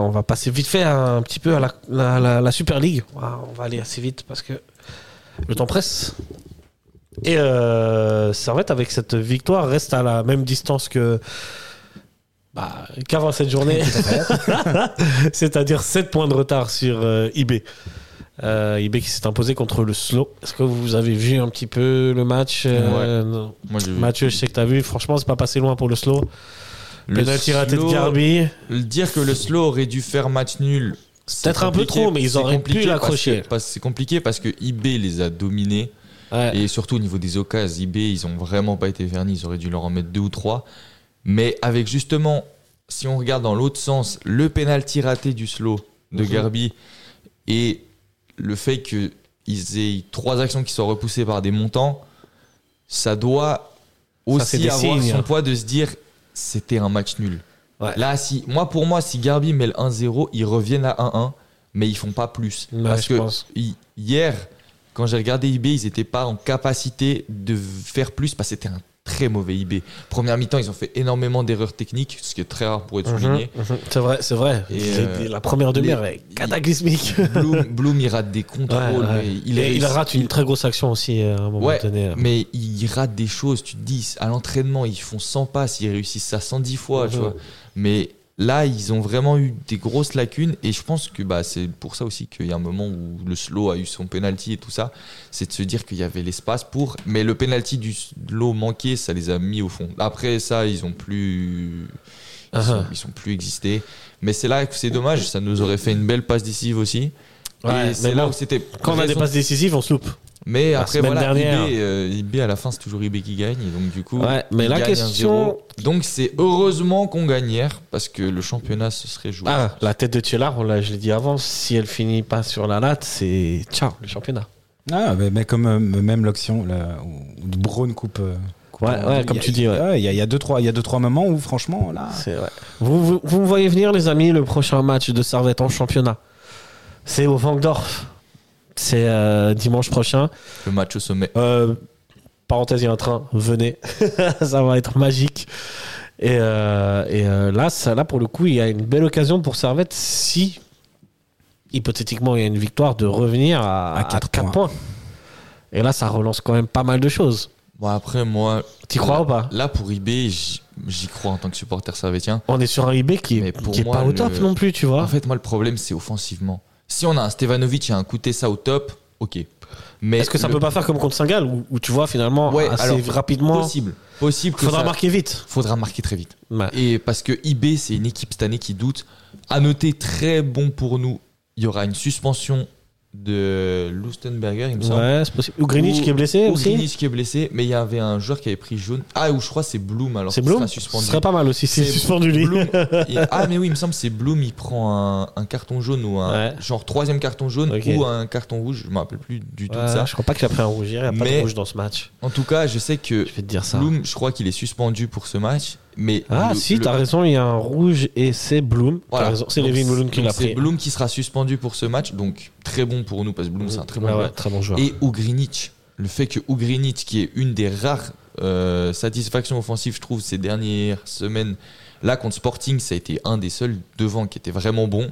On va passer vite fait à- un petit peu à la, la- la- la Super League. Ouah, on va aller assez vite parce que le temps presse. Et euh, Servette, avec cette victoire, reste à la même distance que bah, qu'avant cette journée. C'est-à-dire 7 points de retard sur euh, IB. Euh, IB qui s'est imposé contre le Slow. Est-ce que vous avez vu un petit peu le match euh, non. Moi, j'ai vu. Mathieu, je sais que tu as vu. Franchement, c'est pas passé loin pour le Slow. Le Penalty raté de slow- Garbi. le Dire que le slow aurait dû faire match nul. c'est Peut-être un peu compliqué. trop, mais ils C'est auraient compliqué pu l'accrocher. parce que- parce- C'est compliqué parce que IB les a dominés. Ouais. Et surtout au niveau des occasions, IB, ils ont vraiment pas été vernis. Ils auraient dû leur en mettre deux ou trois. Mais avec justement, si on regarde dans l'autre sens, le penalty raté du slow de Mhm. Garbi et le fait qu'ils aient trois actions qui sont repoussées par des montants, ça doit c'est aussi des avoir signes. son poids de se dire c'était un match nul. Ouais. Là, si, moi, pour moi, si Garbi met le 1-0, ils reviennent à 1-1, mais ils font pas plus. Ouais, Parce je que pense. hi- hier, quand j'ai regardé IB, ils n'étaient pas en capacité de faire plus parce que c'était un très mauvais IB. Première mi-temps, ils ont fait énormément d'erreurs techniques, ce qui est très rare pour être souligné. Mhm, mhm. C'est vrai, c'est vrai. Et, Les- euh, la première demi-heure les- est cataclysmique. Bloom, Bloom, il rate des Ouais, contrôles. ouais. mais Il, réussit- il rate une très grosse action aussi euh, à un moment Ouais, donné. Mais ils ratent des choses, tu te dis, à l'entraînement, ils font 100 passes, ils réussissent ça 110 fois, tu Mhm. vois. Mais là, ils ont vraiment eu des grosses lacunes, et je pense que bah, c'est pour ça aussi qu'il y a un moment où le slow a eu son penalty et tout ça, c'est de se dire qu'il y avait l'espace pour. Mais le penalty du slow manqué, ça les a mis au fond. Après ça, ils ont plus. Ils, Ah ah. sont, ils sont plus existés. Mais c'est là que c'est dommage, ça nous aurait fait une belle passe décisive aussi. Ouais, mais et c'est là bon, où c'était. Quand on a des raison- passes décisives, on se loupe. mais La après, semaine voilà, dernière. IB, euh, IB, à la fin, c'est toujours IB qui gagne. Et donc, du coup, Ouais, mais il la gagne question- 1-0. Donc, c'est heureusement qu'on gagne hier, parce que le championnat se serait joué. Ah, la tête de Tchellar, on l'a, je l'ai dit avant, si elle finit pas sur la latte, c'est ciao, le championnat. Ah, mais, mais comme euh, même l'action là, où Braun coupe. euh, coupe Ouais, en ouais, deux, comme il y a- tu dis, ouais. Il y a- il y a deux trois, il y a deux trois moments où franchement là. C'est vrai. Vous, vous, vous me voyez venir, les amis, le prochain match de Servette en championnat. C'est au Vangdorf. C'est euh, dimanche prochain. Le match au sommet. Euh, parenthèse, il y a un train, venez. ça va être magique. Et, euh, et, euh, là, ça, là, pour le coup, il y a une belle occasion pour Servette si, hypothétiquement, il y a une victoire, de revenir à, À quatre quatre points. Et là, ça relance quand même pas mal de choses. Bon, après, moi, T'y crois là, ou pas Là, pour IB, j'y j'y crois en tant que supporter servétien. On est sur un IB qui est, Mais pour qui est moi, pas au le- top non plus, tu vois. En fait, moi, le problème, c'est offensivement. Si on a un Stevanovic et un Koutessa au top, ok. Mais Est-ce que ça le- peut pas faire comme contre Saint-Gall où, où tu vois finalement Ouais, assez alors, rapidement Possible. Possible que Faudra ça- marquer vite. Faudra marquer très vite. Ouais. Et parce que IB, c'est une équipe cette année qui doute. À noter, très bon pour nous, il y aura une suspension de Lustenberger, il me semble. Ouais, c'est possible. Ou Greenwich Ou- qui est blessé Ou aussi. Greenwich qui est blessé, mais il y avait un joueur qui avait pris jaune. Ah, ou je crois c'est Bloom alors. C'est qui Bloom sera Ce suspendu. serait pas mal aussi s'il est C'est suspendu lui. Bloom. Et- ah, mais oui, il me semble que c'est Bloom, il prend un, un carton jaune ou un Ouais. genre troisième carton jaune Ok. ou un carton rouge, je me rappelle plus du tout de Ouais, ça. Je crois pas qu'il a pris un rouge. Il n'y a pas de Mais- rouge dans ce match. En tout cas, je sais que Je vais te dire ça. Bloom, je crois qu'il est suspendu pour ce match, mais Ah le- si, le- t'as raison, il y a un rouge et c'est Bloom. T'as Voilà. raison, C'est Donc, Levin Bloom qui donc l'a c'est pris. Bloom qui sera suspendu pour ce match, donc très bon pour nous parce que Bloom c'est un très bon Bah Ouais, ouais, joueur. très bon joueur. Et Ugrinic, le fait que Ugrinic, qui est une des rares euh, satisfactions offensives, je trouve, ces dernières semaines, là contre Sporting, ça a été un des seuls devant qui était vraiment bon.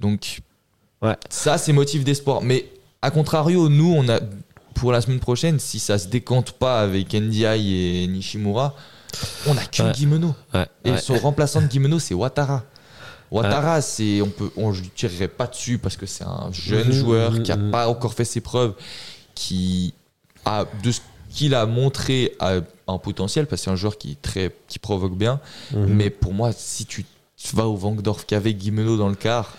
Donc Ouais. ça c'est motif d'espoir. Mais à contrario, nous on a pour la semaine prochaine, si ça se décante pas avec Ndiaye et Nishimura, on a que Ouais. Guimeno. Ouais, Et ouais. son remplaçant de Guimeno, c'est Ouattara. Ouattara, c'est on peut, on je lui tirerai pas dessus parce que c'est un jeune Mhm, joueur mhm, qui a mhm. pas encore fait ses preuves, qui a de ce qu'il a montré a un potentiel parce que c'est un joueur qui est très qui provoque bien. Mhm. Mais pour moi, si tu vas au Vangdorf qu'avec Guimeno dans le quart,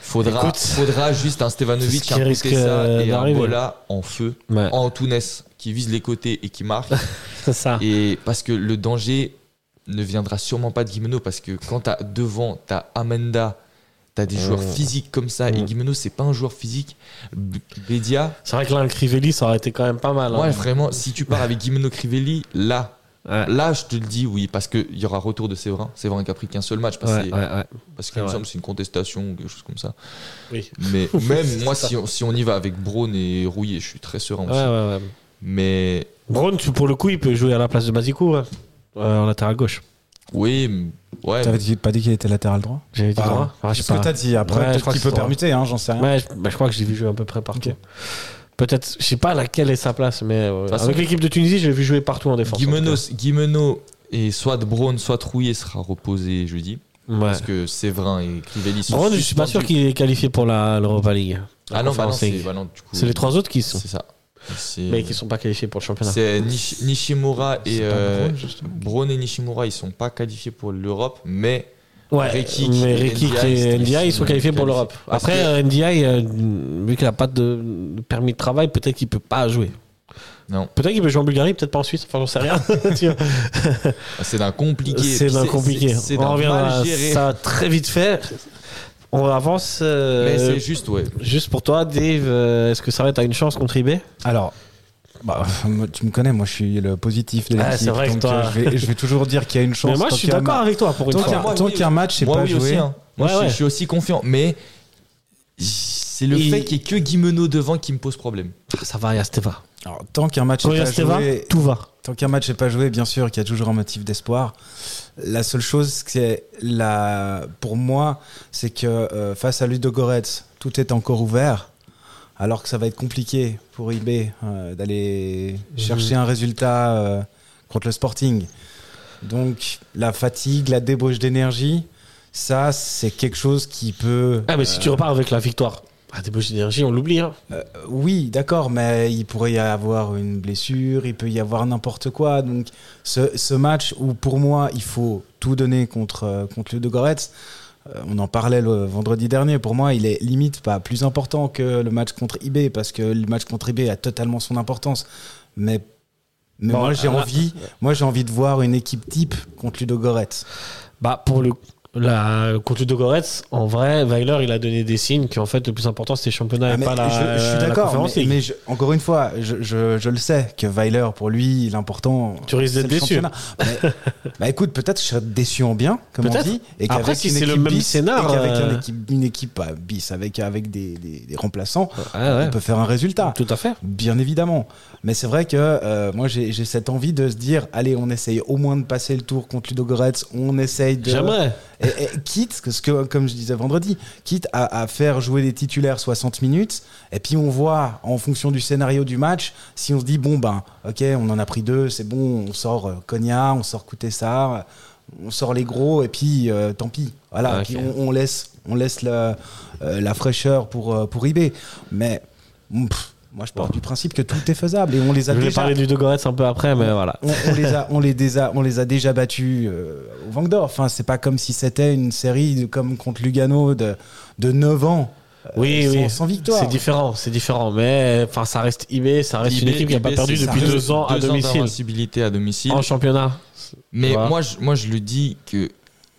faudra Écoute, faudra juste c'est un ce Stevanovic, qui un risque, Kutesa euh, et un d'arriver. Bola en feu, Mhm. Ouais, en Tunis qui vise les côtés et qui marque. c'est ça. Et parce que le danger ne viendra sûrement pas de Guimeno parce que quand t'as devant, t'as Amanda, t'as des joueurs Mm. physiques comme ça et Mm. Guimeno c'est pas un joueur physique. B- Bedia, C'est vrai que là, un Crivelli, ça aurait été quand même pas mal. hein. moi vraiment, si tu pars avec Guimeno Crivelli, là, Ouais. là je te le dis oui parce que il y aura retour de Séverin. Séverin qui a pris qu'un seul match parce, Ouais, que- ouais, ouais. parce C'est qu'il me vrai. semble que c'est une contestation ou quelque chose comme ça. Oui. Mais même moi ça. si on, si on y va avec Braun et Rouillé, je suis très serein Ouais, aussi. ouais, ouais. Mais Braun, tu- pour le coup, il peut jouer à la place de Basikou, ouais. Euh, hein. en latéral gauche. Oui, m- ouais. T'avais dit- pas dit qu'il était latéral droit J'avais dit Ah, droit. Ah, je C'est sais ce que pas. t'as dit. Après, Ouais, je peut-être crois qu'il que peut c'est droit. permuter, hein, j'en sais rien. Ouais, je, bah, je crois que j'ai vu jouer à peu près partout. Ok. Peut-être, je sais pas laquelle est sa place, mais euh, façon- avec l'équipe de Tunisie, j'ai vu jouer partout en défense. en tout Guimenos, Guimeno et soit Braun, soit Trouillet sera reposé jeudi. cas. Ouais. Parce que Séverin et Crivelli sont. Brand, je suis pas sûr suspendus. qu'il est qualifié pour la l'Europa League. La Ah non, bah non, Conference c'est League. bah non, du coup, C'est les trois autres qui y sont, C'est ça. C'est- mais qui sont pas qualifiés pour le championnat. C'est Nishi- Nishimura C'est et. pas euh, drôle, justement. Braun et Nishimura, ils sont pas qualifiés pour l'Europe, mais Ouais, Rekic mais et Rekic NDI, et ils NDI, ils sont sont qualifiés pour qualifiés. l'Europe. Parce Après, que- euh, NDI, euh, vu qu'il a pas de de permis de travail, peut-être qu'il peut pas jouer. Non. Peut-être qu'il peut jouer en Bulgarie, peut-être pas en Suisse, enfin j'en sais rien. tu vois. c'est d'un compliqué. C'est Puis d'un compliqué. c'est- C'est On d'un reviendra mal à géré. ça très vite fait. On avance. euh, Mais c'est juste, ouais. Juste pour toi, Dave, euh, est-ce que ça va t'as une chance contre IB Alors, bah, moi, tu me connais, moi je suis le positif de Ah, l'équipe. c'est vrai que donc, toi- euh, je, vais, je vais toujours dire qu'il y a une chance. Mais moi, tant je suis qu'il y a un d'accord ma- avec toi pour une Tant qu'il y fois. a, Moi, tant oui, qu'il y a un match, c'est Moi, pas oui, joué. aussi. hein. Moi, Ouais, je, suis- ouais. je suis aussi confiant. Mais c'est le Et- fait qu'il n'y ait que Guimeno devant qui me pose problème. Ah, Ça va, Yasteva. Alors, tant qu'un match Quand n'est pas Yasteva, joué, tout va. tant qu'un match n'est pas joué, bien sûr qu'il y a toujours un motif d'espoir. La seule chose, c'est la, pour moi, c'est que euh, face à Ludo Goretz, tout est encore ouvert. Alors que ça va être compliqué pour IB euh, d'aller chercher un résultat euh, contre le Sporting. Donc la fatigue, la débauche d'énergie, ça c'est quelque chose qui peut. Ah, mais si tu repars avec la victoire, ah, débauche d'énergie, on l'oublie. hein. Euh, Oui, d'accord, mais il pourrait y avoir une blessure, il peut y avoir n'importe quoi. Donc, ce, ce match où pour moi, il faut tout donner contre, euh, contre Ludo Goretz, euh, on en parlait le vendredi dernier, pour moi, il est limite pas plus important que le match contre IB, parce que le match contre IB a totalement son importance. Mais, mais Bon, moi, j'ai là- envie, moi, j'ai envie de voir une équipe type contre Ludo Goretz. Bah, pour le la, contre de Goretz, en vrai, Weiler, il a donné des signes qui, en fait, le plus important, c'était le championnat Ah, et mais Euh, pas la, je, je suis la d'accord, conférence. mais, League. mais je- encore une fois, je, je- je le sais que Weiler, pour lui, l'important. Tu risques c'est d'être le déçu. championnat. Mais- bah écoute, peut-être que je serais déçu en bien, comme on Peut-être. dit. Et Après, qu'avec si une c'est le équipe même bis, scénar, Et qu'avec euh, une équipe, une équipe pas bis, avec, avec des, des- des remplaçants, Ah, ouais. on peut faire un résultat. Tout à fait. Bien évidemment. Mais c'est vrai que euh, moi, j'ai j'ai cette envie de se dire allez, on essaye au moins de passer le tour contre Ludo Goretz, on essaye de. J'aimerais. Et, et quitte, que ce que, comme je disais vendredi, quitte à, à faire jouer les titulaires 60 minutes, et puis on voit en fonction du scénario du match, si on se dit, bon ben, ok, on en a pris deux, c'est bon, on sort euh, Cogna, on sort Koutessar, on sort les gros, et puis euh, tant pis. Voilà, Ah, puis ok. on, on laisse, on laisse la, euh, la fraîcheur pour, euh, pour IB. Mais mm, pff, moi, je pars du principe que tout est faisable, et on les Je a vais déjà. parler du de Goretz un peu après, mais voilà. On, on les a, on les désa- on les a déjà battus euh, au Vang d'Or. Enfin, c'est pas comme si c'était une série de- comme contre Lugano de, de 9 ans euh, Oui, sans, oui. sans victoire. C'est différent, c'est différent. Mais enfin, ça reste IB, ça reste Ah, une IB, équipe qui n'a pas IB, perdu c'est depuis ça. deux ans à domicile d'invincibilité à domicile. en championnat. Mais Voilà. moi, je, moi, je le dis que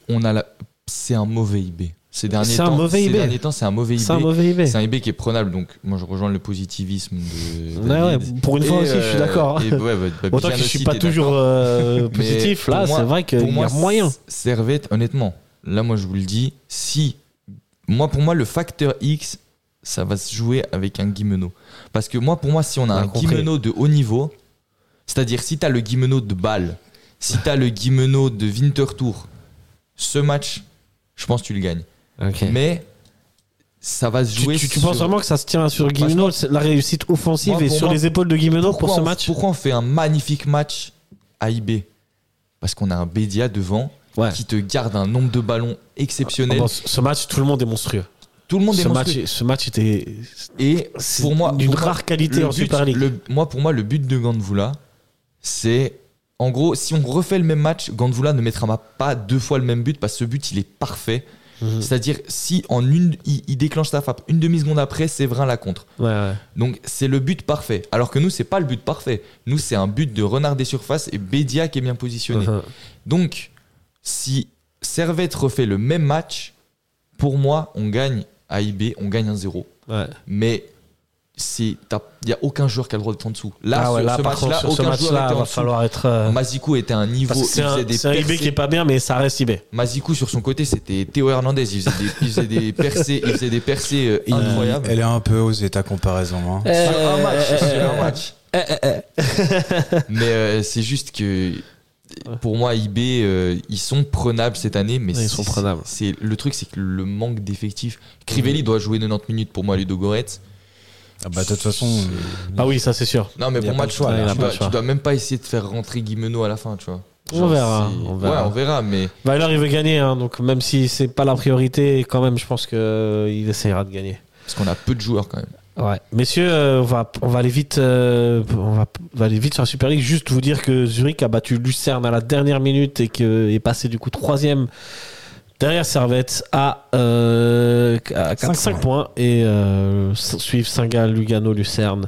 on a la... c'est un mauvais IB. Ces derniers C'est un temps, mauvais ces IB. derniers temps, c'est un mauvais IB. C'est un mauvais IB. C'est un IB qui est prenable. Donc, moi, je rejoins le positivisme de. Ouais, ouais, David. pour une fois Et, aussi, je suis euh, d'accord. et ouais, bah, bah, Autant bien que je suis aussi, pas t'es toujours euh, Mais positif, pour là, moi- c'est vrai qu'il pour y moi, a moyen. Servette, honnêtement, là, moi, je vous le dis, si. Moi, pour moi, le facteur X, ça va se jouer avec un Guimeno. Parce que moi, pour moi, si on a On a un compris. Guimeno de haut niveau, c'est-à-dire si t'as le Guimeno de Bâle, si t'as le Guimeno de Winterthur, ce match, je pense que tu le gagnes. Mais ça va se Eh. Tu, jouer. tu- tu penses sur- vraiment que ça se tient sur Moi, je Guimeno, c'est la réussite offensive Moi, et pour sur moi, les épaules de Guimeno pourquoi pour ce on- match Pourquoi on fait un magnifique match à IB Parce qu'on a un Bédia devant Ouais. qui te garde un nombre de ballons exceptionnel. Ah bon, ce ce match, tout le monde est monstrueux. Tout le monde est Ce monstrueux. match, ce match était Et c'est pour moi, d'une pour moi, rare qualité le en but- Super League. le- moi, pour moi, le but de Gandvula, c'est en gros, si on refait le même match, Gandvula ne mettra ma- pas deux fois le même but parce que ce but, il est parfait. Mhm. C'est-à-dire, si en une, il, il déclenche sa frappe une demi-seconde après, Séverin la contre. Ouais, ouais. Donc c'est le but parfait. Alors que nous, c'est pas le but parfait. Nous, c'est un but de renard des surfaces et Bédia qui est bien positionné. Mhm. Donc, si Servette refait le même match, pour moi, on gagne à IB, on gagne 1-0. Ouais. Mais il n'y a aucun joueur qui a le droit d'être en dessous. Là, Ah ouais, sur là, ce par match-là, contre, sur ce aucun joueur match-là, était en va dessous. falloir être. euh, Mazikou était à un niveau, Parce que c'est il un, faisait des c'est un IB percées. qui est pas bien, mais ça reste IB. Mazikou, sur son côté, c'était Théo Hernandez. Il faisait des, il faisait des percées, il faisait des percées euh, Il- incroyables. elle est un peu osée ta comparaison. hein. euh, Sur un match, sur un match. Mais euh, c'est euh, juste que pour moi, IB, euh, ils sont prenables cette année, mais Ouais, ils c'est- sont prenables. C'est le truc, c'est que le manque d'effectifs. Crivelli doit jouer 90 minutes pour moi, Ludo Goretz. Ah bah, de toute façon, Mm. Ah oui, ça c'est sûr. Non, mais Il y pour a pas moi, le tu, choix, dois- il y a tu pas dois, le choix. tu dois même pas essayer de faire rentrer Guimeno à la fin, tu vois. On verra, c'est- on verra. Ouais, on verra, mais Weiler, il veut gagner, hein, donc même si c'est pas la priorité, quand même, je pense qu'il essayera de gagner. parce qu'on a peu de joueurs quand même. Ouais. Messieurs, euh, on va, on va aller vite, euh, on va, on va aller vite sur la Super League. Juste vous dire que Zurich a battu Lucerne à la dernière minute et que est passé du coup troisième derrière Servette à, euh, à 4, Cinq 5 points et euh, s- suivent Singa, Lugano, Lucerne